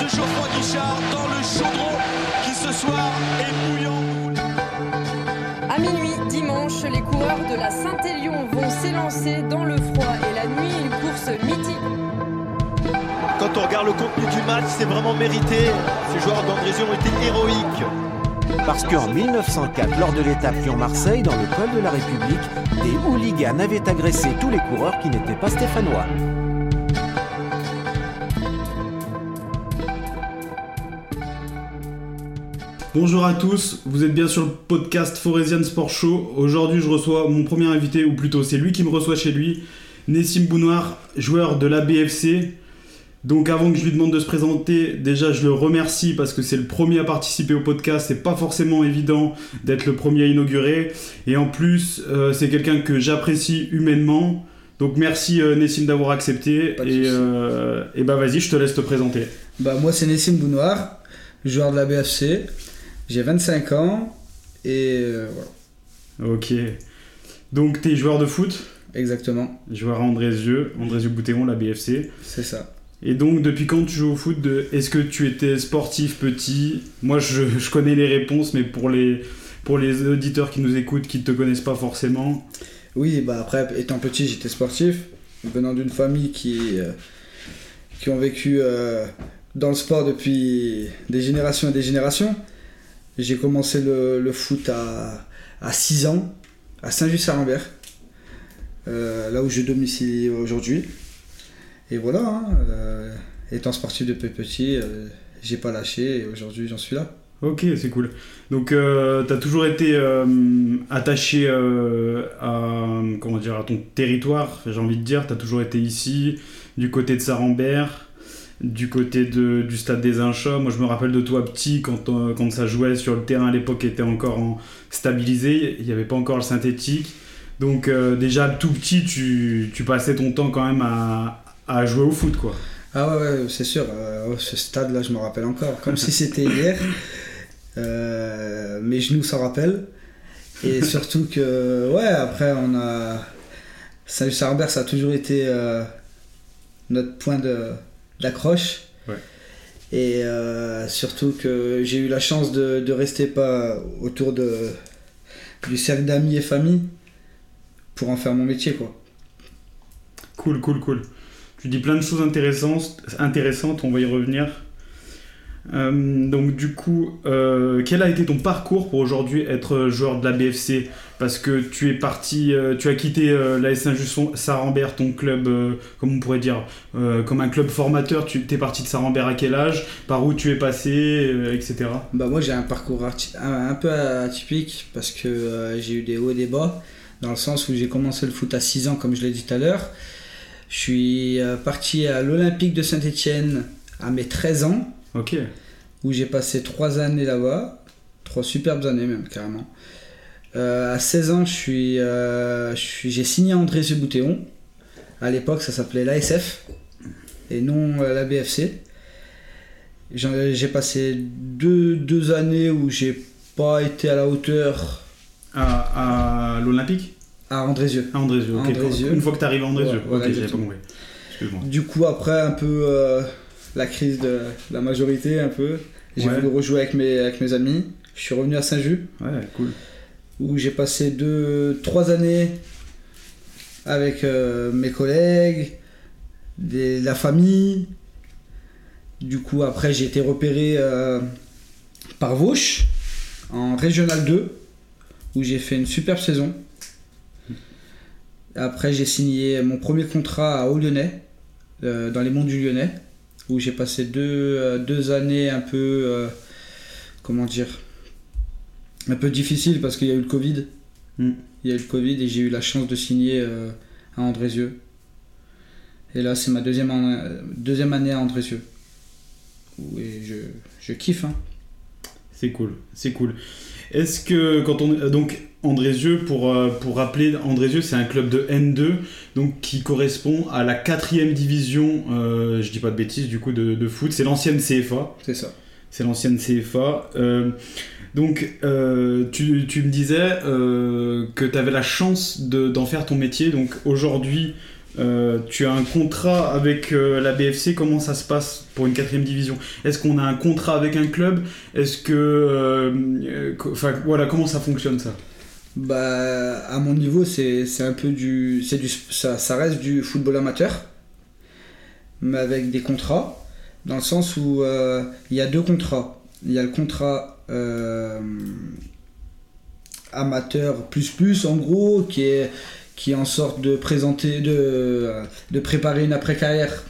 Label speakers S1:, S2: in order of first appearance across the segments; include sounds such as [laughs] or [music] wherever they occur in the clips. S1: de Geoffroy Guichard dans le chaudron qui ce soir est bouillant.
S2: À minuit dimanche, les coureurs de la Saint-Élion vont s'élancer dans le froid et la nuit, une course mythique.
S3: Quand on regarde le contenu du match, c'est vraiment mérité. Ces joueurs d'Andrézieux ont été héroïques.
S4: Parce qu'en 1904, lors de l'étape Lyon-Marseille, dans le col de la République, des hooligans avaient agressé tous les coureurs qui n'étaient pas stéphanois.
S5: Bonjour à tous, vous êtes bien sur le podcast Foresian Sport Show. Aujourd'hui, je reçois mon premier invité, ou plutôt c'est lui qui me reçoit chez lui, Nessim Bounoir, joueur de la BFC. Donc avant que je lui demande de se présenter, déjà je le remercie parce que c'est le premier à participer au podcast, c'est pas forcément évident d'être le premier à inaugurer. Et en plus, euh, c'est quelqu'un que j'apprécie humainement. Donc merci euh, Nessim d'avoir accepté. Et, euh, et, bah vas-y, je te laisse te présenter.
S6: Bah moi c'est Nessim Bounoir, joueur de la BFC. J'ai 25 ans et euh, voilà.
S5: Ok. Donc t'es joueur de foot
S6: Exactement.
S5: Joueur à Andrézieux, Andrézieux Boutéon, la BFC.
S6: C'est ça.
S5: Et donc, depuis quand tu joues au foot de... Est-ce que tu étais sportif petit Moi, je, je, connais les réponses, mais pour les, pour les auditeurs qui nous écoutent, qui ne te connaissent pas forcément.
S6: Oui, bah après, étant petit, j'étais sportif, venant d'une famille qui, euh, qui ont vécu euh, dans le sport depuis des générations et des générations. J'ai commencé le, le, foot à, à 6 ans, à Saint-Just-à-Lambert, euh, là où je domicile aujourd'hui. Et voilà, hein, euh, étant sportif depuis petit, euh, j'ai pas lâché et aujourd'hui j'en suis là.
S5: Ok, c'est cool. Donc, euh, tu as toujours été attaché euh, à, comment dire, à ton territoire, j'ai envie de dire. Tu as toujours été ici, du côté de Sarambert, du côté de, du stade des Inchats. Moi, je me rappelle de toi petit, quand, euh, quand ça jouait sur le terrain à l'époque, qui était encore en stabilisé, il n'y avait pas encore le synthétique. Donc, euh, déjà tout petit, tu, tu passais ton temps quand même à, à jouer au foot, quoi.
S6: Ah ouais, ouais c'est sûr. Euh, ce stade-là, je me rappelle encore, comme si c'était hier. Euh, mes genoux s'en rappellent. Et surtout que, ouais, après, on a. saint Sarbert, ça a toujours été euh, notre point d'accroche.
S5: Ouais.
S6: Et euh, surtout que j'ai eu la chance de, de, rester pas autour de, du cercle d'amis et famille pour en faire mon métier, quoi.
S5: Cool, cool, cool tu dis plein de choses intéressantes, intéressantes on va y revenir. Euh, donc du coup, euh, quel a été ton parcours pour aujourd'hui être joueur de la BFC Parce que tu es parti, euh, tu as quitté la S1 Jusson, Sarambert, ton club, euh, comme on pourrait dire, euh, comme un club formateur. Tu t'es parti de Sarambert à quel âge Par où tu es passé, euh, etc.
S6: Bah moi j'ai un parcours un, un, peu atypique parce que euh, j'ai eu des hauts et des bas dans le sens où j'ai commencé le foot à 6 ans comme je l'ai dit tout à l'heure. Je suis euh, parti à l'Olympique de Saint-Étienne à mes 13 ans.
S5: Ok.
S6: Où j'ai passé 3 années là-bas. 3 superbes années même, carrément. Euh, à 16 ans, je suis, euh, j'ai signé André Zuboutéon. À l'époque, ça s'appelait l'ASF et non euh, la BFC. J'ai passé 2 deux, deux, années où j'ai pas été à la hauteur.
S5: à, à l'Olympique
S6: à Andrézieux.
S5: À Andrézieux, okay. Andrézieux. Une fois que tu arrives à Andrézieux. Ouais, voilà, okay, pas compris.
S6: Du coup, après, un peu euh, la crise de la majorité, un peu, j'ai ouais. voulu rejouer avec mes, avec mes amis. Je suis revenu à Saint-Just.
S5: Ouais, cool.
S6: Où j'ai passé deux, trois années avec euh, mes collègues, des, la famille. Du coup, après, j'ai été repéré euh, par Vauche en Régional 2, où j'ai fait une superbe saison. Après, j'ai signé mon premier contrat à Haut Lyonnais, euh, dans les monts du Lyonnais, où j'ai passé deux, euh, deux, années un peu, euh, comment dire, un peu difficiles parce qu'il y a eu le Covid.
S5: Mm.
S6: Il y a eu le Covid et j'ai eu la chance de signer euh, à Andrézieux. Et là, c'est ma deuxième, an... euh, deuxième année à Andrézieux. Et je, je kiffe. Hein.
S5: C'est cool, c'est cool. Est-ce que quand on donc Andrézieux pour euh, pour rappeler Andrézieux c'est un club de N2 donc qui correspond à la quatrième division euh, je dis pas de bêtises du coup de, de foot c'est l'ancienne CFA
S6: c'est ça
S5: c'est l'ancienne CFA euh, donc euh, tu, euh, tu, me disais que tu avais la chance d'en de, faire ton métier donc aujourd'hui Euh, tu as un contrat avec euh, la BFC, comment ça se passe pour une quatrième division Est-ce qu'on a un contrat avec un club Est-ce que... euh, co- Enfin voilà, comment ça fonctionne ça
S6: Bah, à mon niveau, c'est c'est un peu du. c'est du ça, ça reste du football amateur, mais avec des contrats, dans le sens où euh, il y a deux contrats. Il y a le contrat euh, amateur plus plus, en gros, qui est, qui est en sorte de présenter, de, de préparer une après-carrière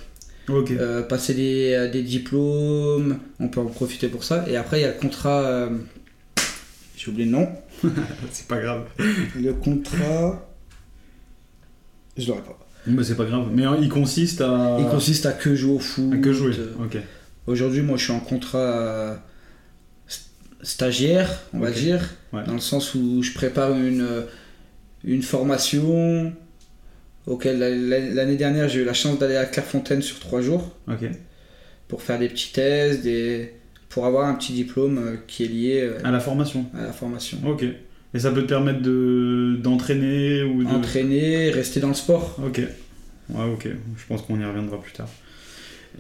S5: Ok.
S6: euh, passer des, euh, des diplômes, on peut en profiter pour ça. Et après, il y a le contrat. euh, J'ai oublié le nom.
S5: c'est pas grave.
S6: Le contrat. Je l'aurais pas.
S5: Mais c'est pas grave. Mais hein, il consiste à...
S6: Il consiste à que jouer au foot.
S5: à que jouer.
S6: euh,
S5: Ok.
S6: Aujourd'hui, moi, je suis en contrat euh, st- stagiaire, on va
S5: Ok.
S6: dire,
S5: Ouais.
S6: dans le sens où je prépare une, euh, une formation. Auquel la- la- l'année dernière, j'ai eu la chance d'aller à Clairefontaine sur trois jours.
S5: Ok.
S6: pour faire des petits tests, des... pour avoir un petit diplôme euh, qui est lié euh,
S5: À la formation.
S6: à la formation.
S5: Ok. Et ça peut te permettre de d'entraîner ou de...
S6: Entraîner, rester dans le sport.
S5: Ok. Ouais, ok. Je pense qu'on y reviendra plus tard.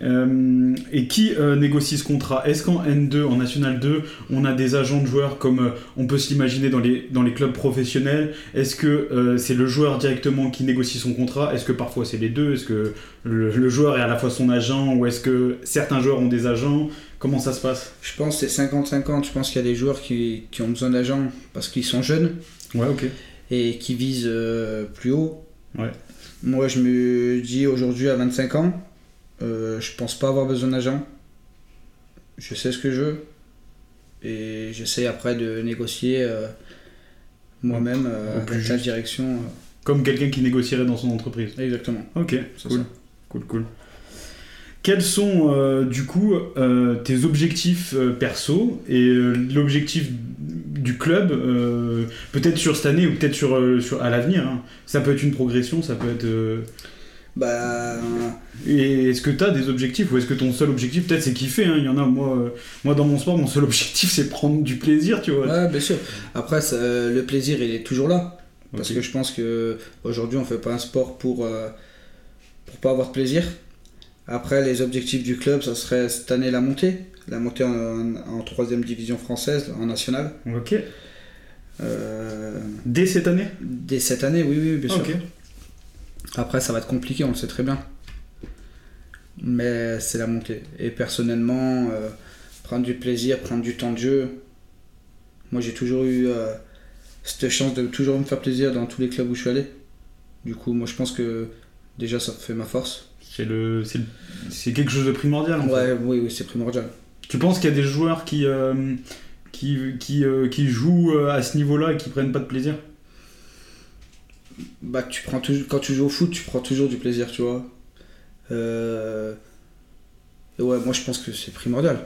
S5: Euh, et qui euh, négocie ce contrat Est-ce qu'en N2, en National 2, on a des agents de joueurs comme euh, on peut s'imaginer dans les, dans les clubs professionnels Est-ce que euh, c'est le joueur directement qui négocie son contrat Est-ce que parfois c'est les deux Est-ce que le, le joueur est à la fois son agent ou est-ce que certains joueurs ont des agents Comment ça se passe
S6: Je pense que c'est 50-50. Je pense qu'il y a des joueurs qui, qui ont besoin d'agents parce qu'ils sont jeunes
S5: Ouais, ok.
S6: et qui visent euh, plus haut.
S5: Ouais.
S6: Moi, je me dis aujourd'hui à 25 ans, euh, je pense pas avoir besoin d'agent. Je sais ce que je veux et j'essaie après de négocier euh, moi-même euh,
S5: Au plus
S6: avec la
S5: juste.
S6: direction.
S5: Comme quelqu'un qui négocierait dans son entreprise.
S6: euh, Exactement.
S5: Ok,
S6: c'est
S5: cool.
S6: ça.
S5: Cool, cool. Quels sont euh, du coup euh, tes objectifs euh, perso et euh, l'objectif du club, euh, peut-être sur cette année ou peut-être sur, euh, sur, à l'avenir hein. Ça peut être une progression, ça peut être. euh,
S6: Bah,
S5: Et est-ce que tu as des objectifs ou est-ce que ton seul objectif, peut-être, c'est kiffer hein. Il y en a, moi, euh, moi dans mon sport, mon seul objectif, c'est prendre du plaisir, tu vois.
S6: Ouais, bien sûr. Après, ça, euh, le plaisir, il est toujours là. Parce
S5: Ok.
S6: que je pense que aujourd'hui, on fait pas un sport pour euh, pour pas avoir de plaisir. Après, les objectifs du club, ça serait cette année la montée, la montée en, en troisième division française, en nationale.
S5: Ok.
S6: Euh,
S5: Dès cette année
S6: dès cette année, oui, oui, bien sûr.
S5: Ok.
S6: Après, ça va être compliqué, on le sait très bien. Mais c'est la montée. Et personnellement, euh, prendre du plaisir, prendre du temps de jeu. Moi, j'ai toujours eu euh, cette chance de toujours me faire plaisir dans tous les clubs où je suis allé. Du coup, moi, je pense que déjà, ça fait ma force.
S5: C'est le, c'est le- c'est quelque chose de primordial. En fait.
S6: Ouais, oui, oui, c'est primordial.
S5: Tu penses qu'il y a des joueurs qui, euh, qui, qui, euh, qui jouent euh, à ce niveau-là et qui prennent pas de plaisir
S6: Bah, tu prends toujours quand tu joues au foot, tu prends toujours du plaisir, tu vois. Euh, et ouais, moi, je pense que c'est primordial.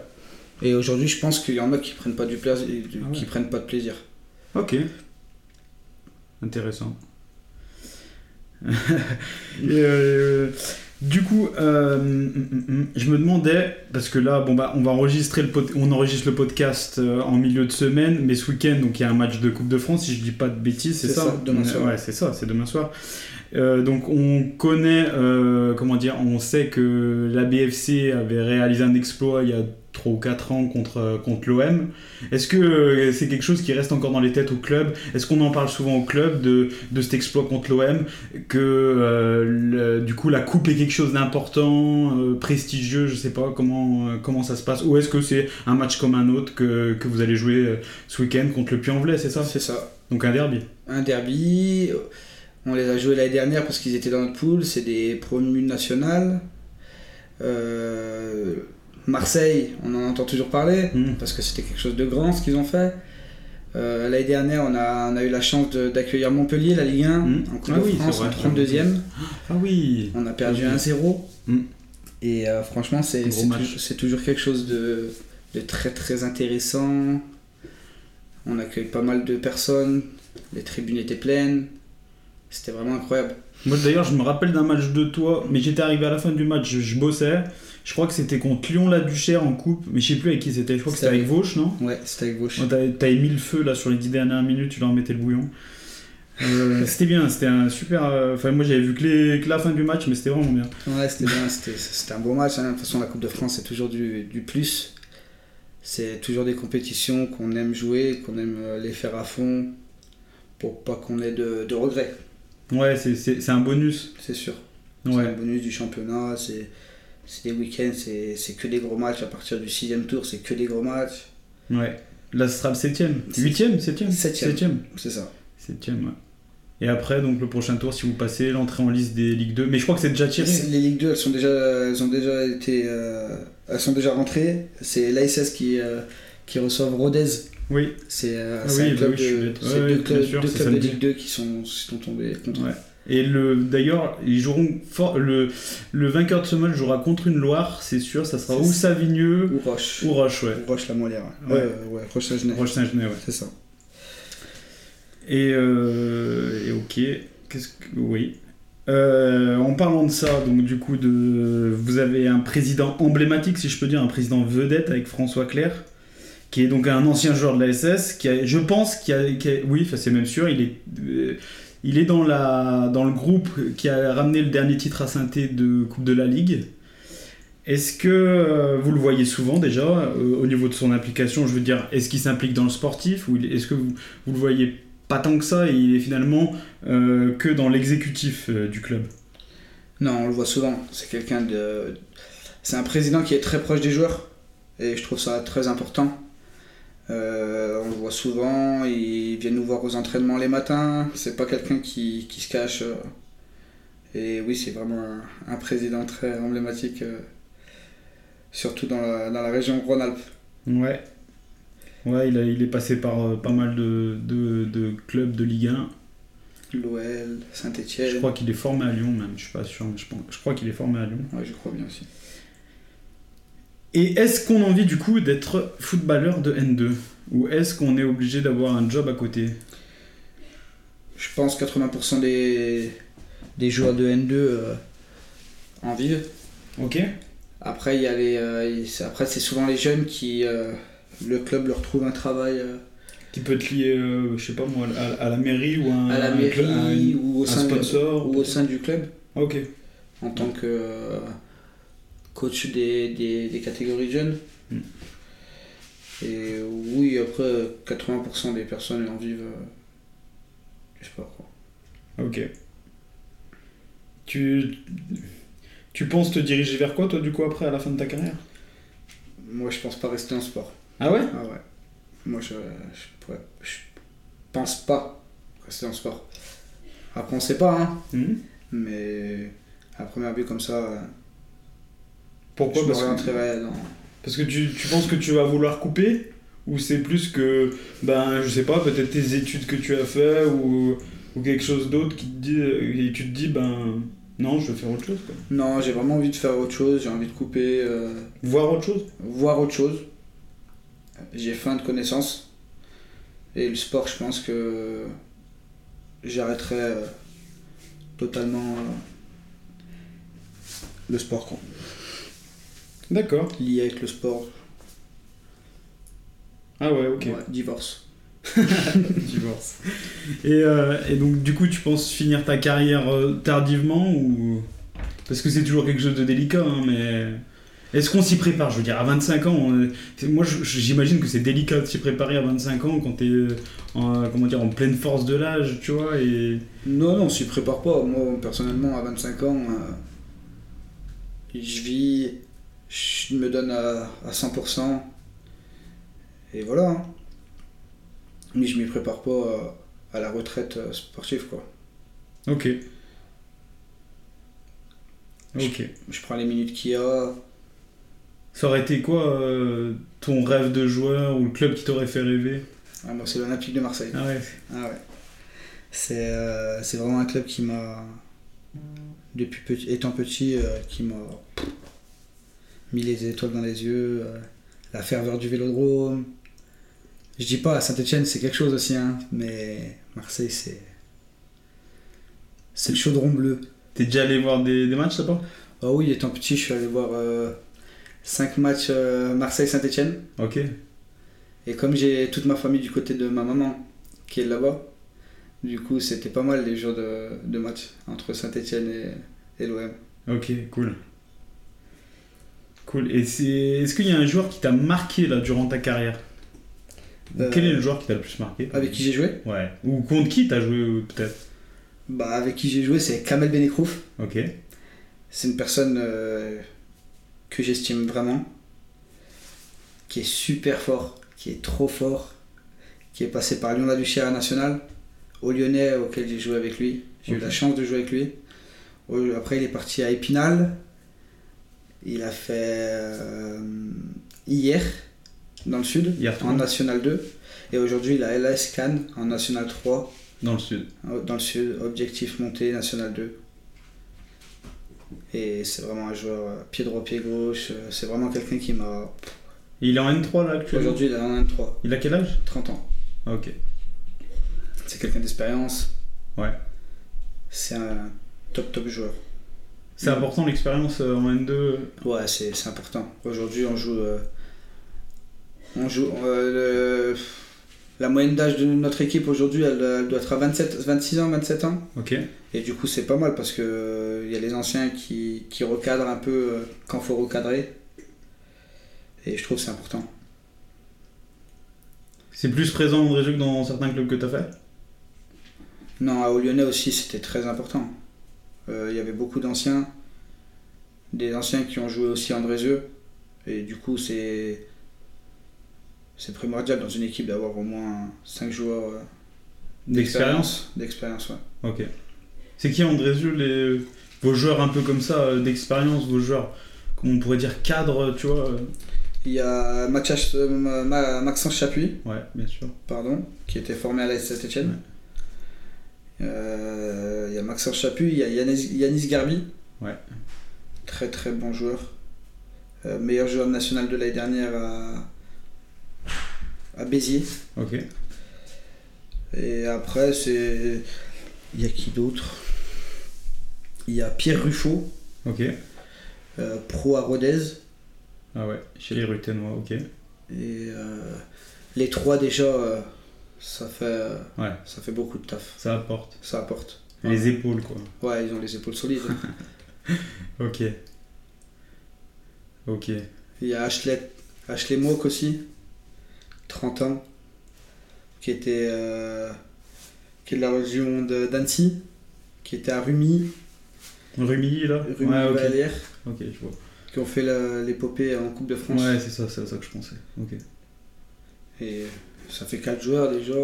S6: Et aujourd'hui, je pense qu'il y en a qui prennent pas du plaisir,
S5: Ah ouais.
S6: qui prennent pas de plaisir.
S5: Ok. Intéressant. [laughs] Et, euh, du coup, euh, mm, mm, mm, je me demandais, parce que là, bon, bah, on, va enregistrer le pod- on enregistre le podcast euh, en milieu de semaine, mais ce week-end, donc il y a un match de Coupe de France, si je dis pas de bêtises, c'est
S6: C'est
S5: ça,
S6: ça, demain
S5: On est-
S6: soir.
S5: Ouais, c'est ça, c'est demain soir. Euh, donc on connaît, euh, comment dire, on sait que la BFC avait réalisé un exploit il y a 3 ou 4 ans contre, euh, contre l'OM. Est-ce que euh, c'est quelque chose qui reste encore dans les têtes au club Est-ce qu'on en parle souvent au club de, de cet exploit contre l'OM Que euh, le- du coup la coupe est quelque chose d'important, euh, prestigieux, je sais pas comment, euh, comment ça se passe Ou est-ce que c'est un match comme un autre que, que vous allez jouer euh, ce week-end contre le Puy-en-Velay, c'est ça
S6: C'est ça.
S5: Donc un derby.
S6: un derby. euh, On les a joués l'année dernière parce qu'ils étaient dans notre poule. C'est des promus nationales. Euh, Marseille, on en entend toujours parler
S5: Hmm.
S6: parce que c'était quelque chose de grand ce qu'ils ont fait. Euh, l'année dernière, on a, on a eu la chance de- d'accueillir Montpellier, la Ligue 1,
S5: Hmm.
S6: en Coupe
S5: Ah
S6: de
S5: oui,
S6: France,
S5: c'est
S6: en
S5: vrai.
S6: 32e.
S5: Ah oui
S6: On a perdu
S5: Oui.
S6: 1-0.
S5: Hmm.
S6: Et euh, franchement, c'est
S5: Gros
S6: c'est
S5: match.
S6: tou- c'est toujours quelque chose de, de très très intéressant. On accueille pas mal de personnes. Les tribunes étaient pleines. C'était vraiment incroyable.
S5: Moi d'ailleurs, je me rappelle d'un match de toi, mais j'étais arrivé à la fin du match, je, je bossais. Je crois que c'était contre Lyon-la-Duchère en coupe, mais je sais plus avec qui c'était. Je crois que c'était
S6: C'était
S5: avec Vauche, non
S6: Ouais, c'était avec Vauche.
S5: Ouais, T'avais t'avais mis le feu là sur les 10 dernières minutes, tu leur mettais le bouillon. Euh, c'était bien, c'était un super. euh, Enfin, moi j'avais vu que, les- que la fin du match, mais c'était vraiment bien.
S6: Ouais, c'était bien, c'était- c'était un bon match. hein. De toute façon, la Coupe de France, c'est toujours du, du plus. C'est toujours des compétitions qu'on aime jouer, qu'on aime euh, les faire à fond, pour pas qu'on ait de, de regrets,
S5: Ouais, c'est- c'est c'est un bonus.
S6: c'est sûr. C'est un
S5: Ouais,
S6: bonus du championnat, c'est c'est des week-ends, c'est c'est que des gros matchs. À partir du sixième tour, c'est que des gros matchs.
S5: ouais. Là, ce sera le 7ème.
S6: Six-
S5: 8ème 7ème
S6: Septième.
S5: 7ème.
S6: C'est ça.
S5: 7ème, ouais. Et après, donc le prochain tour, si vous passez, l'entrée en liste des Ligue 2. Mais je crois que c'est déjà tiré.
S6: C'est- Les Ligue 2, elles sont déjà, elles ont déjà été, euh, elles sont déjà rentrées. C'est l'ASS qui, euh, qui reçoivent Rodez.
S5: Oui,
S6: C'est euh,
S5: Ah
S6: c'est
S5: oui,
S6: un
S5: bah
S6: club
S5: oui, je suis
S6: de,
S5: bête.
S6: c'est
S5: Ouais,
S6: deux
S5: bien
S6: clubs,
S5: sûr,
S6: deux
S5: c'est
S6: clubs de
S5: samedi.
S6: Ligue 2 qui sont, qui sont tombés contre.
S5: ouais. Et le d'ailleurs, ils joueront fort. Le, le vainqueur de ce match jouera contre une Loire, c'est sûr. Ça sera
S6: C'est
S5: ou
S6: ça.
S5: Savigneux
S6: Ou Roche.
S5: ou Roche, ouais.
S6: Ou Roche la Molière.
S5: Ouais.
S6: Ouais, ouais, ouais, Roche la Genève.
S5: Roche Saint-Genès, ouais.
S6: C'est ça.
S5: Et, euh, et ok, qu'est-ce que. Oui. Euh, en parlant de ça, donc du coup, de, vous avez un président emblématique, si je peux dire, un président vedette avec François Clerc, qui est donc un ancien joueur de la SS, qui a, je pense, qui a, qui a- oui, enfin, c'est même sûr, il est, euh, il est dans, la, dans le groupe qui a ramené le dernier titre à saint de Coupe de la Ligue. Est-ce que euh, vous le voyez souvent déjà euh, au niveau de son implication Je veux dire, est-ce qu'il s'implique dans le sportif ou il- est-ce que vous, vous le voyez pas tant que ça et il est finalement euh, que dans l'exécutif euh, du club
S6: Non, on le voit souvent. C'est quelqu'un de. C'est un président qui est très proche des joueurs. Et je trouve ça très important. Euh, on le voit souvent. Il vient nous voir aux entraînements les matins. C'est pas quelqu'un qui, qui se cache. euh. Et oui, c'est vraiment un, un président très emblématique. euh, Surtout dans la, dans la région Rhône-Alpes.
S5: Ouais. Ouais, il, a- il est passé par euh, pas mal de, de- de clubs de Ligue 1.
S6: L'OL, Saint-Etienne.
S5: Je crois qu'il est formé à Lyon même, je suis pas sûr, mais je, pense, je crois qu'il est formé à Lyon.
S6: Ouais, je crois bien aussi.
S5: Et est-ce qu'on a envie du coup d'être footballeur de N2 Ou est-ce qu'on est obligé d'avoir un job à côté
S6: Je pense 80% des, des joueurs de N2 euh, en vivent.
S5: Ok
S6: Après, il y a les, euh, il- c'est- après c'est souvent les jeunes qui. euh, le club leur trouve un travail euh,
S5: Qui peut être lié, euh, je sais pas moi, à, à la mairie ou à un,
S6: à la
S5: un
S6: mairie
S5: cl- à une-
S6: ou, au
S5: un
S6: sein de-
S5: sponsor
S6: ou au sein du club
S5: Ok.
S6: en tant que euh, coach des, des, des catégories de jeunes.
S5: Mm.
S6: Et oui, après, euh, 80% des personnes en vivent euh, du sport. Quoi.
S5: Ok. Tu, tu penses te diriger vers quoi, toi, du coup, après, à la fin de ta carrière
S6: Moi, je pense pas rester en sport.
S5: Ah ouais
S6: Ah ouais. Moi, je, je, pourrais- je pense pas rester en sport. Après, on sait pas, hein.
S5: Hmm.
S6: Mais à première vue, comme ça,
S5: Pourquoi
S6: je
S5: parce
S6: m'orienterais
S5: que,
S6: vers- dans-
S5: parce que tu, tu penses que tu vas vouloir couper Ou c'est plus que, ben, je sais pas, peut-être tes études que tu as fait ou, ou quelque chose d'autre qui te dit, et tu te dis, ben, non, je veux faire autre chose, quoi.
S6: Non, j'ai vraiment envie de faire autre chose, j'ai envie de couper, euh,
S5: Voir autre chose
S6: voir autre chose. J'ai faim de connaissances. Et le sport, je pense que j'arrêterai euh, totalement euh, le sport, quoi.
S5: D'accord.
S6: lié avec le sport.
S5: Ah ouais, ok.
S6: Ouais, divorce.
S5: Divorce. Et, euh, et donc, du coup, tu penses finir ta carrière euh, tardivement ou. Parce que c'est toujours quelque chose de délicat, hein, mais. Est-ce qu'on s'y prépare Je veux dire, à 25 ans, on- c'est- moi je- j'imagine que c'est délicat de s'y préparer à 25 ans quand t'es euh, en, comment dire, en pleine force de l'âge, tu vois. Et...
S6: Non, non, on s'y prépare pas. Moi, personnellement, à 25 ans, euh, je vis, je me donne à, à 100%. Et voilà. hein. Mais je m'y prépare pas euh, à la retraite euh, sportive, quoi.
S5: Ok. Ok.
S6: Je prends les minutes qu'il y a.
S5: Ça aurait été quoi euh, ton rêve de joueur ou le club qui t'aurait fait rêver
S6: Ah, moi, c'est l'Olympique de Marseille.
S5: Ah ouais.
S6: Ah ouais. C'est euh, c'est vraiment un club qui m'a, depuis petit, étant petit, euh, qui m'a mis les étoiles dans les yeux, euh, la ferveur du vélodrome. Je dis pas, Saint-Etienne c'est quelque chose aussi, hein, mais Marseille c'est. C'est le chaudron bleu.
S5: T'es déjà allé voir des, des matchs là-bas
S6: Ah oui, étant petit, je suis allé voir 5 matchs euh, Marseille-Saint-Etienne.
S5: Ok.
S6: Et comme j'ai toute ma famille du côté de ma maman qui est là-bas, Du coup, c'était pas mal les jours de, de match entre Saint-Etienne et, et l'OM.
S5: Ok, cool. Cool. Et c'est... est-ce qu'il y a un joueur qui t'a marqué là durant ta carrière
S6: Euh,
S5: Quel est le joueur qui t'a le plus marqué
S6: Avec qui j'ai joué
S5: Ouais. Ou contre qui t'as joué euh, peut-être
S6: Bah, avec qui j'ai joué, c'est Kamel Benekrouf.
S5: Ok.
S6: C'est une personne euh, que j'estime vraiment, qui est super fort, qui est trop fort, qui est passé par Lyon la Duchère à National, au Lyonnais auquel j'ai joué avec lui. J'ai
S5: Ok.
S6: eu la chance de jouer avec lui. Au- Après, il est parti à Épinal. Il a fait euh, hier dans le sud,
S5: Hier tout
S6: en National 2. Et aujourd'hui, il a LAS Cannes en National 3
S5: dans le sud.
S6: dans le sud, objectif montée, national 2. Et c'est vraiment un joueur euh, pied droit, pied gauche. euh, C'est vraiment quelqu'un qui m'a.
S5: Et il est en N3 là actuellement
S6: Aujourd'hui, il a un 3,
S5: Il a quel âge
S6: 30 ans.
S5: Ah, Ok.
S6: C'est quelqu'un d'expérience.
S5: Ouais.
S6: C'est un top, top joueur.
S5: C'est
S6: Mm.
S5: important l'expérience euh, en N2
S6: Ouais, c'est c'est important. Aujourd'hui, on joue. euh, on joue. euh, le- la moyenne d'âge de notre équipe aujourd'hui, elle, elle doit être à 27, 26 ans, 27 ans.
S5: Ok.
S6: Et du coup, c'est pas mal parce que euh, il y a les anciens qui, qui recadrent un peu euh, quand faut recadrer. Et je trouve que c'est important.
S5: C'est plus présent André Jeu que dans certains clubs que t'as fait
S6: Non, à au Lyonnais aussi, c'était très important. Euh, il y avait beaucoup d'anciens, des anciens qui ont joué aussi Andrézieux. Et du coup, c'est c'est primordial dans une équipe d'avoir au moins 5 joueurs euh,
S5: D'expérience
S6: D'expérience, ouais.
S5: Ok. C'est qui André Jeu les... Vos joueurs un peu comme ça, euh, d'expérience, vos joueurs, on pourrait dire cadre, tu vois euh,
S6: Il y a Mathias- euh, Ma- Ma- Maxence Chapuis.
S5: Ouais, bien sûr.
S6: pardon, qui était formé à la saint
S5: Ouais.
S6: étienne Il y a Maxence Chaput, Euh, il y a Yanis, Yanis Garbi.
S5: Ouais.
S6: Très très bon joueur. Euh, meilleur joueur national de l'année dernière à, à Béziers.
S5: Ok.
S6: Et après, c'est. Il y a qui d'autre Il y a Pierre Ruffo,
S5: Ok.
S6: euh, pro à Rodez.
S5: Ah ouais, chez les Ruténois, ok.
S6: Et euh, les trois déjà, euh, ça, fait,
S5: Ouais.
S6: ça fait beaucoup de taf.
S5: Ça apporte.
S6: Ça apporte.
S5: Les épaules, quoi.
S6: Ouais, ils ont les épaules solides.
S5: Ok. Ok.
S6: Il y a Ashley, Ashley Mock aussi, 30 ans, qui était euh, qui est de la région de- d'Annecy, qui était à Rumi,
S5: Rumilly, là
S6: Rumi
S5: Ouais, ok.
S6: Valère,
S5: Ok, je vois.
S6: qui ont fait la- l'épopée en Coupe de France.
S5: Ouais, c'est ça, c'est à ça que je pensais. Ok.
S6: Et ça fait 4 joueurs déjà,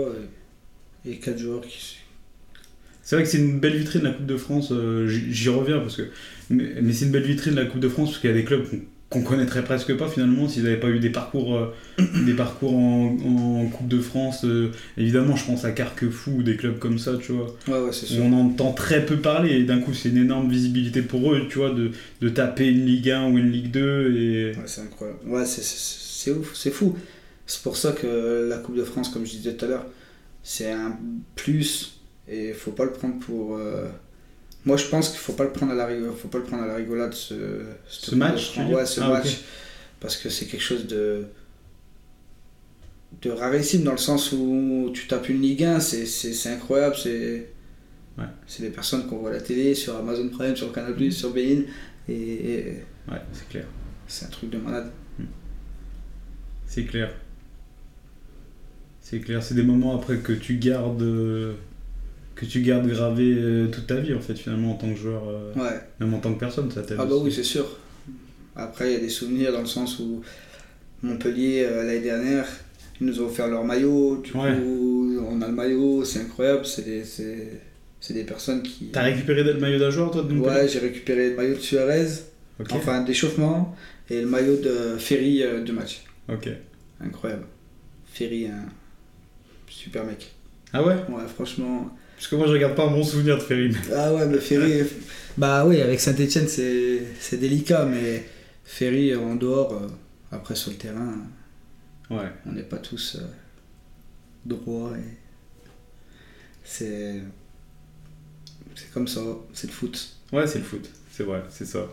S6: et, 4 joueurs qui.
S5: C'est vrai que c'est une belle vitrine la Coupe de France, euh, j'y j'y reviens parce que. Mais, mais c'est une belle vitrine la Coupe de France parce qu'il y a des clubs qu'on qu'on connaîtrait presque pas finalement s'ils n'avaient pas eu des parcours, euh, des parcours en, en Coupe de France. euh, évidemment, je pense à Carquefou ou des clubs comme ça, tu vois.
S6: Ouais, ouais, c'est sûr.
S5: On en entend très peu parler et d'un coup c'est une énorme visibilité pour eux, tu vois, de, de taper une Ligue 1 ou une Ligue 2 et...
S6: Ouais, c'est incroyable. Ouais, c'est- c'est c'est ouf, c'est fou. C'est pour ça que la Coupe de France, comme je disais tout à l'heure, c'est un plus et faut pas le prendre pour. euh, Moi, je pense qu'il faut pas le prendre à la rigolade. Faut pas le prendre à la rigolade ce, cette
S5: Ce
S6: Coupe de
S5: match, tu
S6: France.
S5: veux
S6: Ouais,
S5: dire
S6: ce
S5: Ah,
S6: match,
S5: ok.
S6: parce que c'est quelque chose de de rarissime dans le sens où tu tapes une Ligue 1, c'est- c'est c'est incroyable, c'est
S5: Ouais. Mm-hmm.
S6: c'est des personnes qu'on voit à la télé, sur Amazon Prime, sur Canal+, sur Bein, et, et
S5: Ouais, c'est clair.
S6: c'est un truc de malade.
S5: C'est clair. C'est clair, c'est des moments après que tu gardes... euh, que tu gardes gravé euh, toute ta vie en fait finalement en tant que joueur, euh,
S6: Ouais.
S5: même en tant que personne, ça t'aide
S6: Ah bah
S5: aussi.
S6: oui, c'est sûr. Après, il y a des souvenirs dans le sens où Montpellier, euh, l'année dernière, ils nous ont offert leur maillot. Du
S5: Ouais.
S6: coup, on a le maillot, c'est incroyable. C'est des, c'est- c'est des personnes qui...
S5: T'as récupéré le maillot d'un joueur toi de Montpellier
S6: Ouais, j'ai récupéré le maillot de Suarez,
S5: Ok.
S6: enfin d'échauffement, et le maillot de Ferry euh, de match.
S5: Ok.
S6: Incroyable. Ferry, un super mec.
S5: Ah ouais
S6: Ouais, franchement...
S5: Parce que moi je regarde pas un bon souvenir de Ferry.
S6: Ah ouais, mais Ferry... bah oui, avec Saint-Etienne, c'est c'est délicat, mais Ferry, en dehors, euh, après sur le terrain...
S5: Ouais.
S6: on n'est pas tous euh, droits et c'est c'est comme ça c'est le foot
S5: Ouais, c'est le foot, c'est vrai, c'est ça.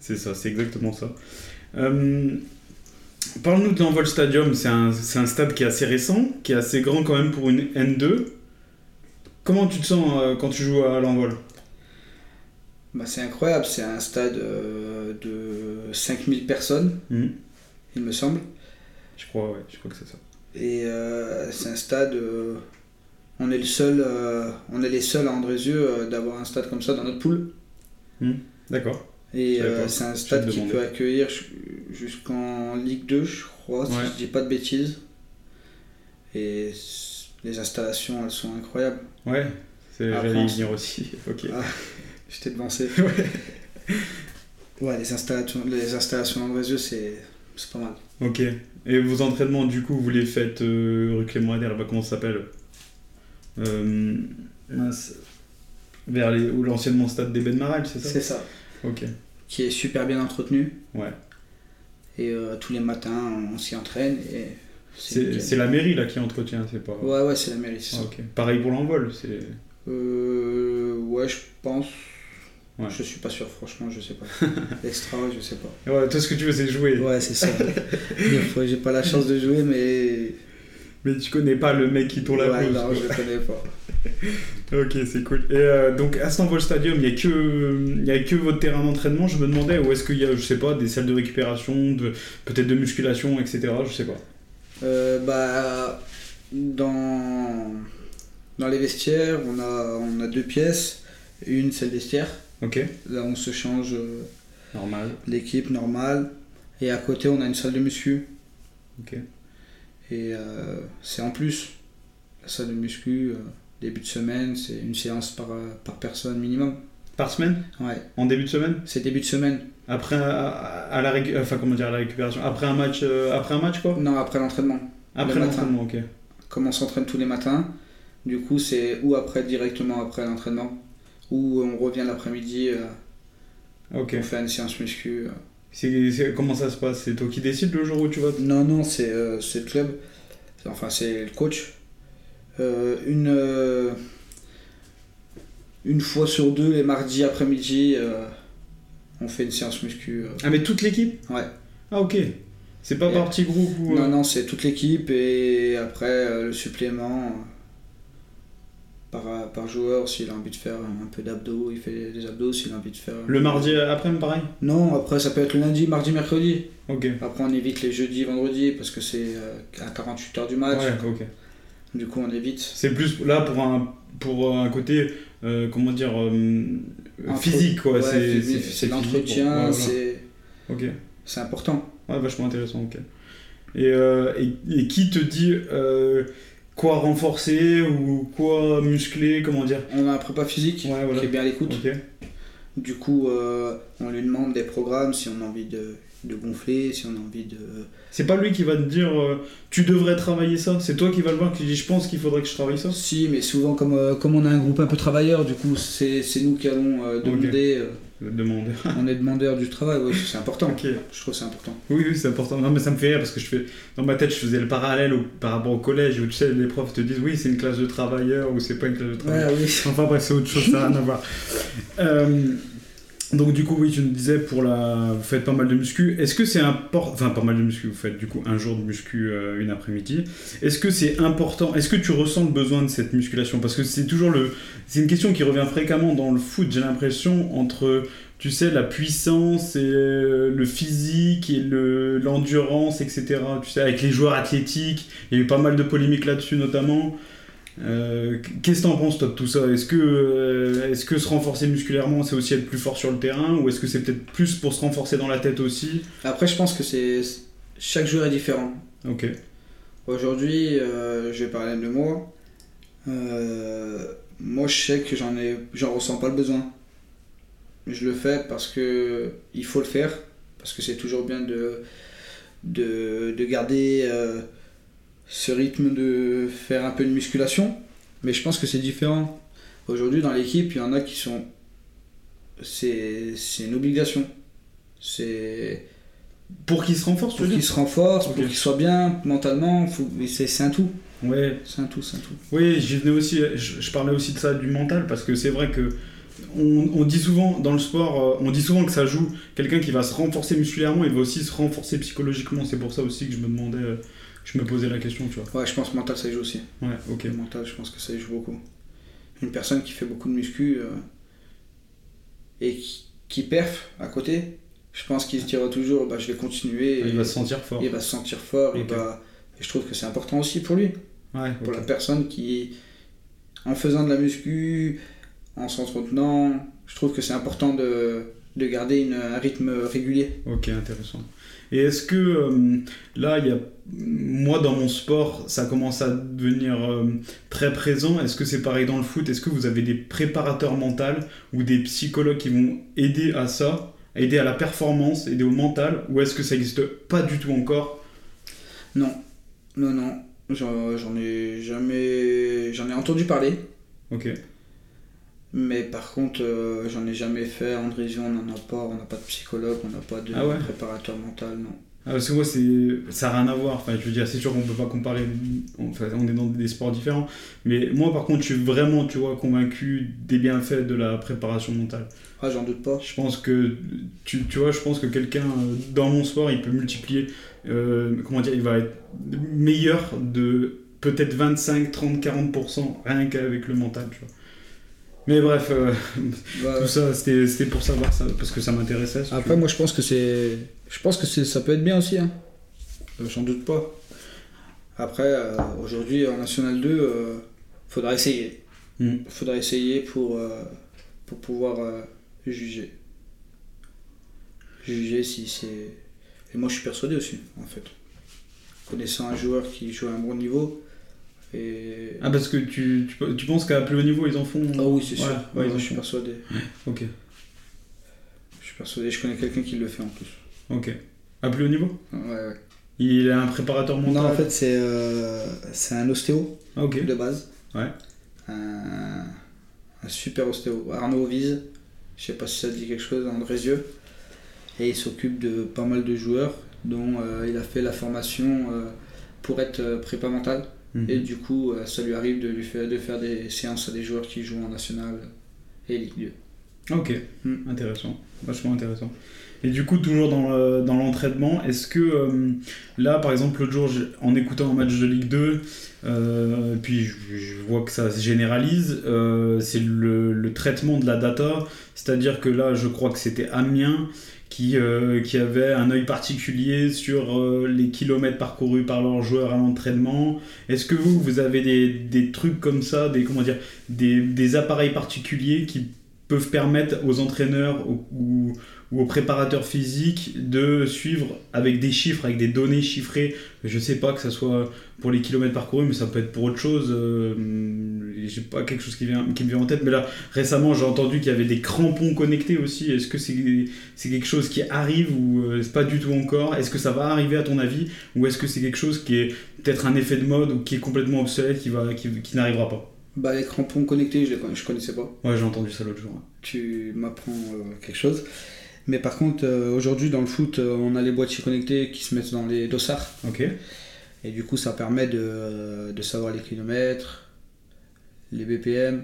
S5: C'est ça, c'est exactement ça. Euh, Parle-nous de l'Envol Stadium, c'est un, c'est un stade qui est assez récent, qui est assez grand quand même pour une N2. Comment tu te sens euh, quand tu joues à l'envol
S6: Bah, c'est incroyable, c'est un stade euh, de 5000 personnes,
S5: Mhm.
S6: il me semble.
S5: Je crois, ouais, je crois que c'est ça.
S6: Et euh, c'est un stade. euh, on est le seul, euh, on est les seuls à Andrézieux euh, d'avoir un stade comme ça dans notre poule.
S5: D'accord.
S6: Et
S5: Je savais
S6: euh,
S5: pas.
S6: c'est un
S5: Je
S6: stade
S5: me
S6: qui
S5: demandais.
S6: peut accueillir ju- jusqu'en Ligue 2, je crois, si
S5: Ouais.
S6: je dis pas de bêtises. Et c- les installations, elles sont incroyables.
S5: Ouais, c'est-
S6: Ah,
S5: j'allais y
S6: France.
S5: venir aussi. [laughs] ok.
S6: Ah. Je t'ai devancé.
S5: [laughs] Ouais.
S6: [laughs] Ouais, les installations, les installations d'Andrézieux, c'est c'est pas mal.
S5: Ok. Et vos entraînements, du coup, vous les faites euh, rue Clément Ader, là-bas, comment ça s'appelle Euh, mince. Vers les, ou l'anciennement stade des Ben Marel, c'est ça
S6: C'est ça.
S5: Ok.
S6: Qui est super bien entretenu.
S5: Ouais.
S6: Et euh, tous les matins, on s'y entraîne. Et
S5: C'est
S6: nickel.
S5: c'est la mairie là qui entretient, c'est pas.
S6: Ouais, ouais, c'est la mairie, c'est
S5: Ah,
S6: ça.
S5: ok. Pareil pour l'envol, c'est.
S6: Euh, ouais, je pense.
S5: Ouais.
S6: Je suis pas sûr, franchement, je
S5: [laughs]
S6: sais pas. Extra, ouais, je sais pas.
S5: Ouais, toi, ce que tu veux, c'est jouer.
S6: Ouais, c'est ça. Des fois, j'ai pas la chance de jouer, mais.
S5: Mais tu connais pas le mec qui tourne la
S6: ouais,
S5: pelouse,
S6: non,
S5: quoi.
S6: je le connais pas.
S5: Ok, c'est cool. Et euh, donc à Stamboul Stadium, il n'y a, que- il y a que votre terrain d'entraînement. Je me demandais où est-ce qu'il y a, je sais pas, des salles de récupération, de, peut-être de musculation, etc. Je sais pas.
S6: Euh, bah, dans... dans les vestiaires, on a, on a deux pièces. Une, c'est le vestiaire.
S5: Ok,
S6: Là, on se change euh,
S5: normal.
S6: l'équipe normale. Et à côté, on a une salle de muscu.
S5: Ok.
S6: Et euh, c'est en plus. La salle de muscu, euh, début de semaine, c'est une séance par, euh, par personne minimum.
S5: Par semaine
S6: Ouais,
S5: En début de semaine
S6: c'est début de semaine.
S5: Après à, à la récu- enfin comment dire à la récupération Après un match, euh, après un match quoi
S6: Non, après l'entraînement.
S5: Après
S6: Le matin.
S5: l'entraînement, ok.
S6: comme on s'entraîne tous les matins, du coup c'est ou après directement après l'entraînement, ou on revient l'après-midi, euh,
S5: Ok.
S6: on fait une séance muscu. euh.
S5: C'est, c'est- comment ça se passe C'est toi qui décides le jour où tu vas
S6: Non, non, c'est euh, c'est le club, C'est- enfin c'est le coach. Euh, une, euh, une fois sur deux, les mardis après-midi, euh, on fait une séance muscu. euh.
S5: Ah mais toute l'équipe
S6: Ouais.
S5: Ah ok. C'est pas
S6: Et-
S5: par petit groupe ou. euh,
S6: Non, non, c'est toute l'équipe et après euh, le supplément. euh, Par, euh, par joueur, s'il a envie de faire un peu d'abdos, il fait des abdos, s'il a envie de faire...
S5: Le mardi après, pareil
S6: Non, après ça peut être le lundi, mardi, mercredi.
S5: Ok.
S6: Après on évite les jeudis, vendredis parce que c'est euh, à 48 heures du match.
S5: Ouais, ok.
S6: Du coup on évite.
S5: C'est plus là pour un, pour un côté, euh, comment dire, euh,
S6: Entre-
S5: physique quoi.
S6: Ouais,
S5: c'est
S6: physique,
S5: c'est-
S6: c'est
S5: c'est physique,
S6: l'entretien,
S5: bon, ouais, voilà.
S6: c'est
S5: Ok,
S6: c'est important.
S5: ouais, vachement intéressant. ok. Et, euh, et, et qui te dit euh, quoi renforcer ou quoi muscler, comment dire
S6: On a un prépa physique
S5: Ouais, voilà.
S6: qui est bien à l'écoute.
S5: Ok,
S6: Du coup euh, on lui demande des programmes si on a envie de, de gonfler, si on a envie de.
S5: c'est pas lui qui va te dire euh, tu devrais travailler ça, c'est toi qui vas le voir qui dit je pense qu'il faudrait que je travaille ça.
S6: Si, mais souvent comme, euh, comme on a un groupe un peu travailleur, du coup c'est c'est nous qui allons euh, demander. [laughs] euh,
S5: Je te demande.
S6: on est demandeur du travail, ouais, c'est important.
S5: Ok.
S6: Je trouve que c'est important.
S5: Oui, oui, c'est important. Non, mais ça me fait rire parce que je fais... dans ma tête, je faisais le parallèle au- par rapport au collège où tu sais, les profs te disent oui, c'est une classe de travailleurs ou c'est pas une classe de travailleurs.
S6: Ouais, oui.
S5: Enfin bref, c'est autre chose, ça n'a rien à voir. Euh, donc, du coup, oui, tu nous disais pour la. Vous faites pas mal de muscu. Est-ce que c'est important. Enfin, pas mal de muscu, vous faites du coup un jour de muscu, euh, une après-midi. Est-ce que c'est important Est-ce que tu ressens le besoin de cette musculation Parce que c'est toujours le. C'est une question qui revient fréquemment dans le foot, j'ai l'impression, entre tu sais, la puissance et euh, le physique et le- l'endurance, etc. Tu sais, avec les joueurs athlétiques, il y a eu pas mal de polémiques là-dessus notamment. Euh, Qu'est-ce que t'en penses toi de tout ça Est-ce que, euh, est-ce que se renforcer musculairement, c'est aussi être plus fort sur le terrain Ou est-ce que c'est peut-être plus pour se renforcer dans la tête aussi
S6: Après, je pense que c'est chaque joueur est différent.
S5: Ok,
S6: Aujourd'hui, euh, je vais parler de moi. Euh, moi, je sais que j'en ai, j'en ressens pas le besoin. Je le fais parce que il faut le faire, parce que c'est toujours bien de de, de garder euh, ce rythme de faire un peu de musculation. Mais je pense que c'est différent. Aujourd'hui, dans l'équipe, il y en a qui sont, c'est c'est une obligation. C'est
S5: pour qu'ils se renforcent, tu
S6: pour
S5: veux
S6: qu'il
S5: dire
S6: se renforce,
S5: Ok.
S6: pour qu'il soit bien mentalement, faut- mais c'est c'est un tout.
S5: Ouais,
S6: C'est un tout, c'est un tout.
S5: Oui, j'y venais aussi, euh, je, je parlais aussi de ça, du mental, parce que c'est vrai que on, on dit souvent dans le sport, euh, on dit souvent que ça joue quelqu'un qui va se renforcer musculairement, il va aussi se renforcer psychologiquement. C'est pour ça aussi que je me demandais, euh, je me posais la question, tu vois.
S6: Ouais, je pense que mental ça y joue aussi.
S5: Ouais, ok.
S6: Le mental, je pense que ça y joue beaucoup. une personne qui fait beaucoup de muscu euh, et qui, qui perf à côté, je pense qu'il se dira toujours bah, je vais continuer.
S5: Il
S6: et-
S5: va se sentir fort.
S6: il va se sentir fort il
S5: Ok.
S6: va- et je trouve que c'est important aussi pour lui
S5: Ouais,
S6: pour
S5: ok.
S6: la personne qui en faisant de la muscu en s'entretenant je trouve que c'est important de, de garder une- un rythme régulier
S5: Ok, intéressant. Et est-ce que euh, là, il y a... moi dans mon sport, ça commence à devenir euh, très présent. Est-ce que c'est pareil dans le foot Est-ce que vous avez des préparateurs mentaux ou des psychologues qui vont aider à ça, aider à la performance, aider au mental Ou est-ce que ça n'existe pas du tout encore
S6: non non non j'en j'en ai jamais j'en ai entendu parler
S5: Ok,
S6: mais par contre euh, j'en ai jamais fait en région on n'en a pas on n'a pas de psychologue on n'a pas de
S5: Ah ouais
S6: préparateur mental non
S5: Ah, parce que moi, c'est... ça n'a rien à voir. Enfin, je veux dire, c'est sûr qu'on ne peut pas comparer. Enfin, on est dans des sports différents. Mais moi, par contre, je suis vraiment, tu vois, convaincu des bienfaits de la préparation mentale.
S6: ah j'en doute pas
S5: Je pense que, tu, tu vois, je pense que quelqu'un euh, dans mon sport, il peut multiplier. euh, comment dire Il va être meilleur de peut-être 25, 30, 40% rien qu'avec le mental, tu vois. Mais bref, euh,
S6: Bah,
S5: tout ça, c'était, c'était pour savoir ça, parce que ça m'intéressait. si tu
S6: Après,
S5: veux.
S6: moi, je pense que c'est, je pense que c'est, ça peut être bien aussi. Hein. Euh, J'en doute pas. Après, euh, aujourd'hui, en National 2, euh, faudra essayer.
S5: Mm.
S6: Faudra essayer pour euh, pour pouvoir euh, juger. Juger si c'est. Et moi, je suis persuadé aussi, en fait. Connaissant un joueur qui joue à un bon niveau et.
S5: Ah, parce que tu, tu, tu penses qu'à plus haut niveau, ils en font.
S6: Ah oui, c'est sûr.
S5: Ouais, ouais, ils en
S6: Moi, je suis
S5: font.
S6: persuadé.
S5: Ok,
S6: Je suis persuadé. Je connais quelqu'un qui le fait en plus.
S5: ok. À plus haut niveau
S6: Ouais, ouais.
S5: Il a un préparateur mental
S6: Non, en fait, c'est euh, c'est un ostéo
S5: Ah, ok.
S6: de base.
S5: Ouais.
S6: Un, un super ostéo. Arnaud Vise, je sais pas si ça te dit quelque chose, Andrézieux. Et il s'occupe de pas mal de joueurs, dont euh, il a fait la formation euh, pour être euh, prépa mental.
S5: Mhm.
S6: Et du coup, euh, ça lui arrive de, lui faire, de faire des séances à des joueurs qui jouent en national et Ligue 2.
S5: Ok,
S6: Hmm.
S5: intéressant, vachement intéressant. Et du coup, toujours dans le- dans l'entraînement, est-ce que euh, là, par exemple, l'autre jour, j'ai- en écoutant un match de Ligue 2, euh, puis je, je vois que ça se généralise, euh, c'est le, le traitement de la data, c'est-à-dire que là, je crois que c'était Amiens qui, euh, qui avait un œil particulier sur euh, les kilomètres parcourus par leurs joueurs à l'entraînement. Est-ce que vous, vous avez des, des trucs comme ça, des, comment dire, des, des appareils particuliers qui peuvent permettre aux entraîneurs ou, ou- ou aux préparateurs physiques de suivre avec des chiffres, avec des données chiffrées. Je sais pas que ça soit pour les kilomètres parcourus, mais ça peut être pour autre chose. euh, j'ai pas quelque chose qui, vient, qui me vient en tête, mais là récemment j'ai entendu qu'il y avait des crampons connectés aussi. Est-ce que c'est c'est quelque chose qui arrive ou euh, c'est pas du tout encore Est-ce que ça va arriver à ton avis ou est-ce que c'est quelque chose qui est peut-être un effet de mode ou qui est complètement obsolète qui va qui, qui n'arrivera pas
S6: Bah, les crampons connectés, je les con- je connaissais pas.
S5: Ouais, j'ai entendu ça l'autre jour.
S6: tu m'apprends euh, quelque chose. Mais par contre, euh, aujourd'hui dans le foot, euh, on a les boîtiers connectés qui se mettent dans les dossards.
S5: Ok.
S6: Et du coup, ça permet de, euh, de savoir les kilomètres, les BPM.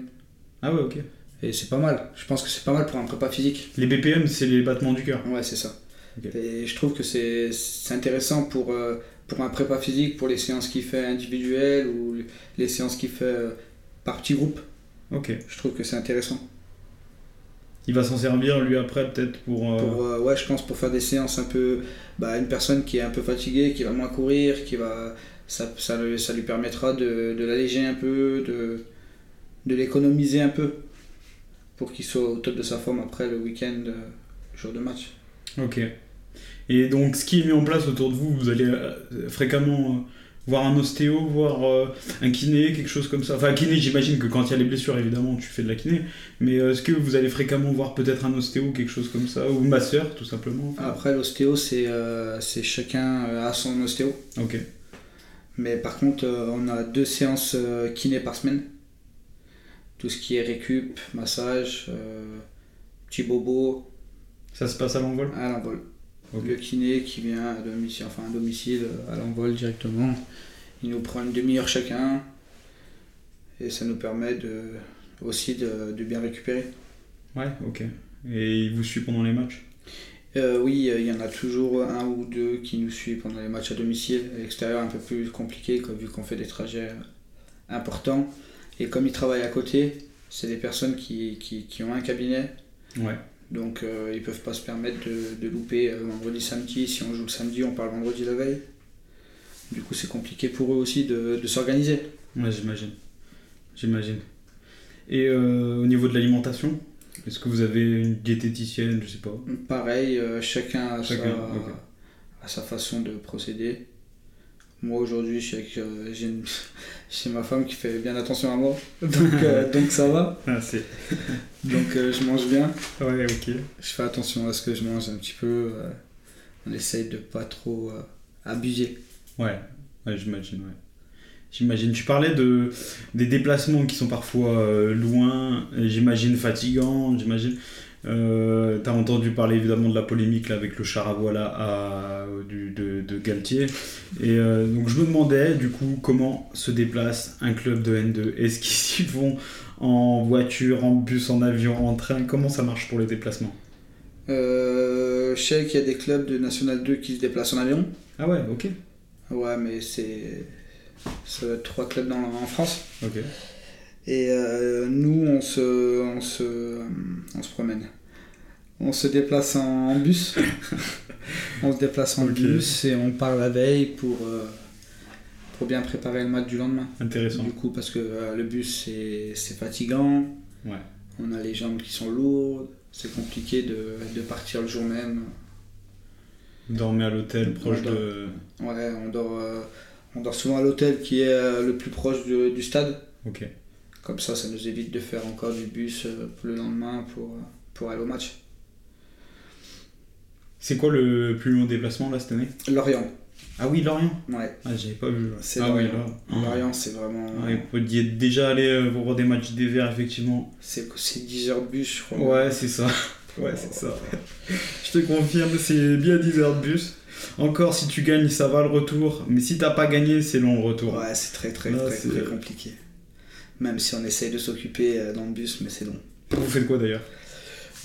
S5: Ah ouais, ok.
S6: Et c'est pas mal. Je pense que c'est pas mal pour un prépa physique.
S5: Les BPM, c'est les battements du cœur.
S6: Ouais, c'est ça.
S5: Ok.
S6: Et je trouve que c'est c'est intéressant pour, euh, pour un prépa physique, pour les séances qu'il fait individuelles ou les séances qu'il fait euh, par petits groupes.
S5: Ok.
S6: Je trouve que c'est intéressant.
S5: Il va s'en servir lui après peut-être pour. euh,
S6: pour, euh, ouais, je pense pour faire des séances un peu. Bah, une personne qui est un peu fatiguée, qui va moins courir, qui va. Ça, ça, le- ça lui permettra de, de l'alléger un peu, de, de l'économiser un peu, pour qu'il soit au top de sa forme après le week-end, euh, jour de match.
S5: Ok. Et donc ce qui est mis en place autour de vous, vous allez euh, fréquemment euh, voir un ostéo, voir euh, un kiné, quelque chose comme ça. Enfin, kiné, j'imagine que quand il y a les blessures, évidemment, tu fais de la kiné. Mais euh, est-ce que vous allez fréquemment voir peut-être un ostéo, quelque chose comme ça, ou ma soeur, tout simplement.
S6: Après, l'ostéo, c'est euh, c'est chacun euh, à son ostéo.
S5: Ok.
S6: Mais par contre, euh, on a deux séances euh, kiné par semaine. Tout ce qui est récup, massage, euh, petit bobo,
S5: Ça se passe à l'envol.
S6: À l'envol.
S5: Ok.
S6: Le kiné qui vient à domicile, enfin à domicile, euh, à l'envol directement. Il nous prend une demi-heure chacun. Et ça nous permet de, aussi de, de bien récupérer.
S5: Ouais. Ok. Et il vous suit pendant les matchs.
S6: Euh, oui, euh, il y en a toujours un ou deux qui nous suivent pendant les matchs à domicile. À l'extérieur, un peu plus compliqué, quoi, vu qu'on fait des trajets euh, importants. Et comme il travaille à côté, c'est des personnes qui, qui, qui ont un cabinet,
S5: Ouais.
S6: donc euh, ils peuvent pas se permettre de, de louper euh, vendredi, samedi. Si on joue le samedi, on parle vendredi la veille. Du coup, c'est compliqué pour eux aussi de, de s'organiser.
S5: Ouais, j'imagine. J'imagine. Et euh, au niveau de l'alimentation, est-ce que vous avez une diététicienne, je sais pas
S6: Pareil, euh, chacun, a, sa,
S5: Chacun, ok.
S6: a sa façon de procéder. Moi aujourd'hui, je suis avec, euh, j'ai une- [laughs] j'ai ma femme qui fait bien attention à moi, donc, [laughs] euh, donc ça va.
S5: Ah, c'est.
S6: Donc euh, je mange bien,
S5: Ouais, ok.
S6: je fais attention à ce que je mange un petit peu. euh, on essaye de pas trop euh, abuser.
S5: Ouais, ouais j'imagine, ouais. J'imagine. Tu parlais de, des déplacements qui sont parfois euh, loin, et j'imagine fatigants, j'imagine. Euh, T'as entendu parler évidemment de la polémique là, avec le char à voile à, à- du, de, de Galtier. Et euh, donc je me demandais du coup comment se déplace un club de N2. Est-ce qu'ils y vont en voiture, en bus, en avion, en train Comment ça marche pour les déplacements
S6: Euh, je sais qu'il y a des clubs de National 2 qui se déplacent en avion.
S5: Ah ouais, ok.
S6: Ouais, mais c'est ça doit être trois clubs dans, en France.
S5: Ok.
S6: Et euh, nous, on se, on, se, euh, on se promène. On se déplace en, en bus. [laughs] on se déplace en
S5: Ok.
S6: bus et on part la veille pour, euh, pour bien préparer le match du lendemain.
S5: Intéressant.
S6: Du coup, parce que euh, le bus, c'est c'est fatigant.
S5: Ouais.
S6: On a les jambes qui sont lourdes. C'est compliqué de, de partir le jour même.
S5: Dormir à l'hôtel proche
S6: Ouais,
S5: de.
S6: Ouais, on dort, euh, on dort souvent à l'hôtel qui est euh, le plus proche de- du stade.
S5: Ok.
S6: Comme ça, ça nous évite de faire encore du bus euh, le lendemain pour, euh, pour aller au match.
S5: C'est quoi le plus long déplacement là cette année
S6: Lorient,
S5: Ah oui, Lorient.
S6: ouais.
S5: Ah, j'avais pas vu.
S6: C'est
S5: ah oui,
S6: Lorient.
S5: Lorient.
S6: Lorient, c'est vraiment.
S5: Ah, il faut y être déjà allé euh, voir des matchs des Verts, effectivement.
S6: C'est c'est 10 heures de bus, je crois.
S5: Ouais, c'est [laughs] ça. Ouais, c'est ça. Je te confirme, c'est bien 10 heures de bus. Encore, si tu gagnes, ça va le retour. Mais si t'as pas gagné, c'est long le retour.
S6: Ouais, c'est très, très,
S5: Là,
S6: très,
S5: c'est-
S6: très compliqué. Même si on essaye de s'occuper euh, dans le bus, mais c'est long.
S5: Vous faites quoi d'ailleurs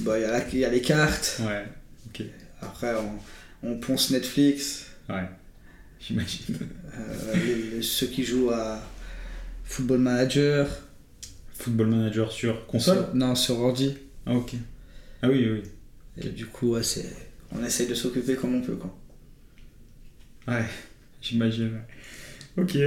S6: Bah, il y, a la- il y a les cartes.
S5: Ouais,
S6: Après, on, on ponce Netflix.
S5: ouais. J'imagine.
S6: Euh, les- les- ceux qui jouent à Football Manager.
S5: Football manager sur console
S6: Sur- Non, sur ordi.
S5: Ah, ok. Ah oui, oui.
S6: Et du coup, ouais, c'est. On essaye de s'occuper comme on peut, quoi.
S5: Ouais, j'imagine. ouais. Ok.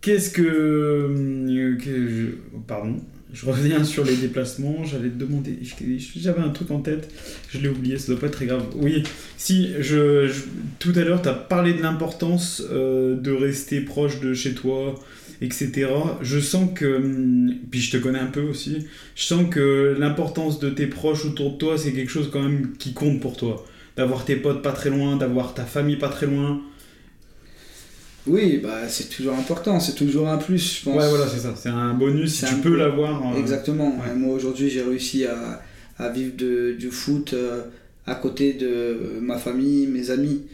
S5: Qu'est-ce que. euh, que je- Pardon, je reviens sur les déplacements. J'allais te demander. je- J'avais un truc en tête, je l'ai oublié, ça doit pas être très grave. Oui, si, je, je- tout à l'heure, tu as parlé de l'importance euh, de rester proche de chez toi, etc. Je sens que. hum, Puis je te connais un peu aussi. Je sens que l'importance de tes proches autour de toi, c'est quelque chose quand même qui compte pour toi d'avoir tes potes pas très loin, d'avoir ta famille pas très loin.
S6: Oui, bah, c'est toujours important, c'est toujours un plus, je pense.
S5: Ouais, voilà, c'est ça. C'est un bonus si
S6: C'est
S5: tu
S6: un
S5: peux
S6: peu-
S5: l'avoir. euh,
S6: Exactement.
S5: Ouais.
S6: Et Moi aujourd'hui, j'ai réussi à, à vivre de- du foot euh, à côté de euh, ma famille, mes amis.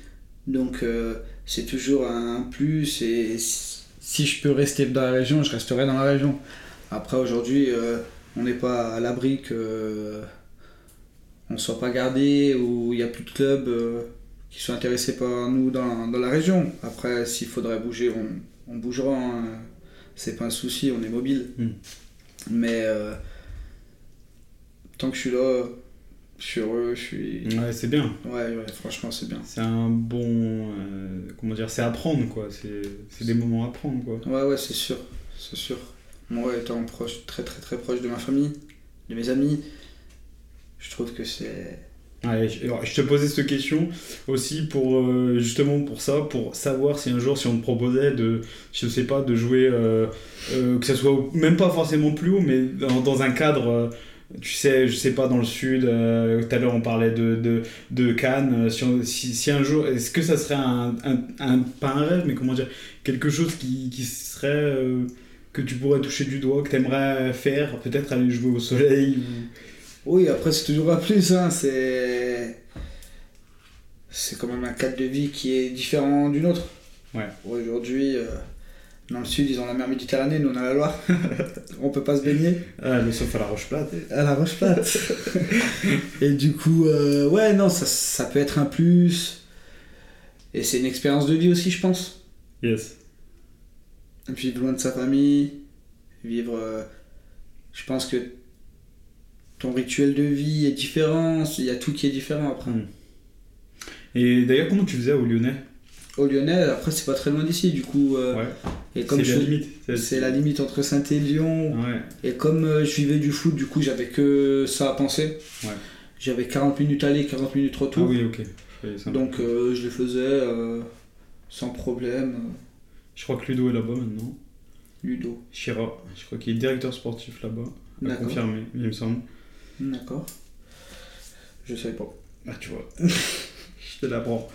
S6: Donc euh, c'est toujours un plus. Et si si je peux rester dans la région, je resterai dans la région. Après aujourd'hui, euh, on n'est pas à l'abri que euh, on soit pas gardé ou il n'y a plus de clubs euh, qui soient intéressés par nous dans, dans la région. Après, s'il faudrait bouger, on, on bougera. hein. C'est pas un souci, on est mobile.
S5: Mm.
S6: Mais euh, tant que je suis là, je suis heureux, je suis.
S5: Ouais, c'est bien.
S6: Ouais, ouais, franchement, c'est bien.
S5: C'est un bon. euh, comment dire C'est apprendre, quoi. C'est c'est des moments à prendre, quoi.
S6: Ouais, ouais, c'est sûr, c'est sûr. Moi, étant proche, très, très, très proche de ma famille, de mes amis, je trouve que c'est.
S5: Ouais, je, alors, je te posais cette question aussi pour euh, justement pour ça, pour savoir si un jour si on te proposait de, je sais pas, de jouer, euh, euh, que ça soit au- même pas forcément plus haut, mais dans, dans un cadre, euh, tu sais, je sais pas, dans le sud. euh, Tout à l'heure on parlait de, de, de Cannes. euh, Si, on- si, si un jour, est-ce que ça serait un, un, un- pas un rêve, mais comment dire, quelque chose qui, qui serait euh, que tu pourrais toucher du doigt, que t'aimerais faire, peut-être aller jouer au soleil. ou-
S6: Oui, après, c'est toujours un plus, hein, c'est. C'est quand même un cadre de vie qui est différent du nôtre.
S5: Ouais.
S6: Aujourd'hui, euh, dans le sud, ils ont la mer Méditerranée, nous on a la Loire. [laughs] on peut pas se baigner.
S5: Ah, mais sauf à la Roche Plate.
S6: à la roche plate. [laughs] et du coup, euh, ouais, non, ça, ça peut être un plus. Et c'est une expérience de vie aussi, je pense.
S5: Yes.
S6: Vivre loin de sa famille, vivre euh, je pense que ton rituel de vie est différent, il y a tout qui est différent après.
S5: Mm. Et d'ailleurs, comment tu faisais au Lyonnais
S6: Au Lyonnais, après, c'est pas très loin d'ici, du coup. euh,
S5: Ouais,
S6: et comme
S5: c'est
S6: je
S5: la
S6: fais-
S5: limite.
S6: C'est la limite entre saint et Lyon.
S5: Ouais, Ah
S6: Et comme euh, je vivais du foot, du coup, j'avais que ça à penser.
S5: Ouais.
S6: J'avais 40 minutes aller, 40 minutes
S5: ah
S6: retour.
S5: oui, ok. Je voyais ça.
S6: Donc euh, je le faisais euh, sans problème. euh,
S5: Je crois que Ludo est là-bas maintenant.
S6: Ludo.
S5: Chira, je crois qu'il est directeur sportif là-bas. À
S6: D'accord.
S5: confirmer, il me semble.
S6: D'accord. Je savais pas.
S5: Ah, tu vois. [laughs] je te l'apprends.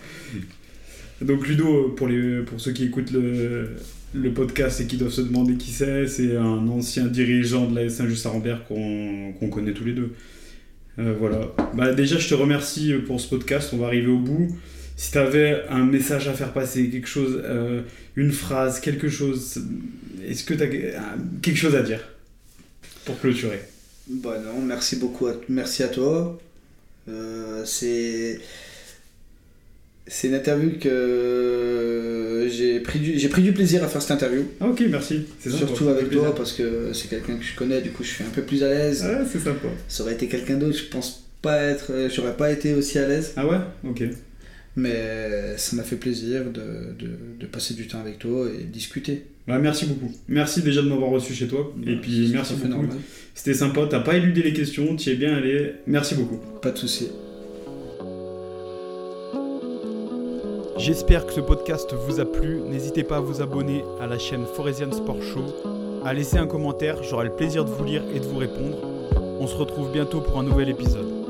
S5: Donc, Ludo, pour, les, pour ceux qui écoutent le, le podcast et qui doivent se demander qui c'est, c'est un ancien dirigeant de la S1 Juste à Rambert qu'on qu'on connaît tous les deux. Euh, voilà. Bah, déjà, je te remercie pour ce podcast. On va arriver au bout. Si tu avais un message à faire passer, quelque chose, euh, une phrase, quelque chose, est-ce que tu as quelque chose à dire pour clôturer
S6: Bah non, merci beaucoup, à, merci à toi. Euh, c'est c'est une interview que j'ai pris du j'ai pris du plaisir à faire cette interview,
S5: Ah, ok, merci. C'est sympa.
S6: surtout avec
S5: Plaisir.
S6: toi parce que c'est quelqu'un que je connais, du coup je suis un peu plus à l'aise.
S5: Ah, c'est sympa.
S6: Ça aurait été quelqu'un d'autre, je pense pas être, euh, j'aurais pas été aussi à l'aise.
S5: Ah ouais Ok.
S6: Mais ça m'a fait plaisir de, de- de passer du temps avec toi et de discuter.
S5: Bah, merci beaucoup. Merci déjà de m'avoir reçu chez toi. Et puis
S6: Bah, C'est
S5: merci
S6: tout à fait
S5: beaucoup.
S6: normal.
S5: C'était sympa. T'as pas éludé les questions. Tu es bien allé. Merci beaucoup.
S6: Pas de soucis.
S7: J'espère que ce podcast vous a plu. N'hésitez pas à vous abonner à la chaîne Foresian Sport Show, à laisser un commentaire, j'aurai le plaisir de vous lire et de vous répondre. On se retrouve bientôt pour un nouvel épisode.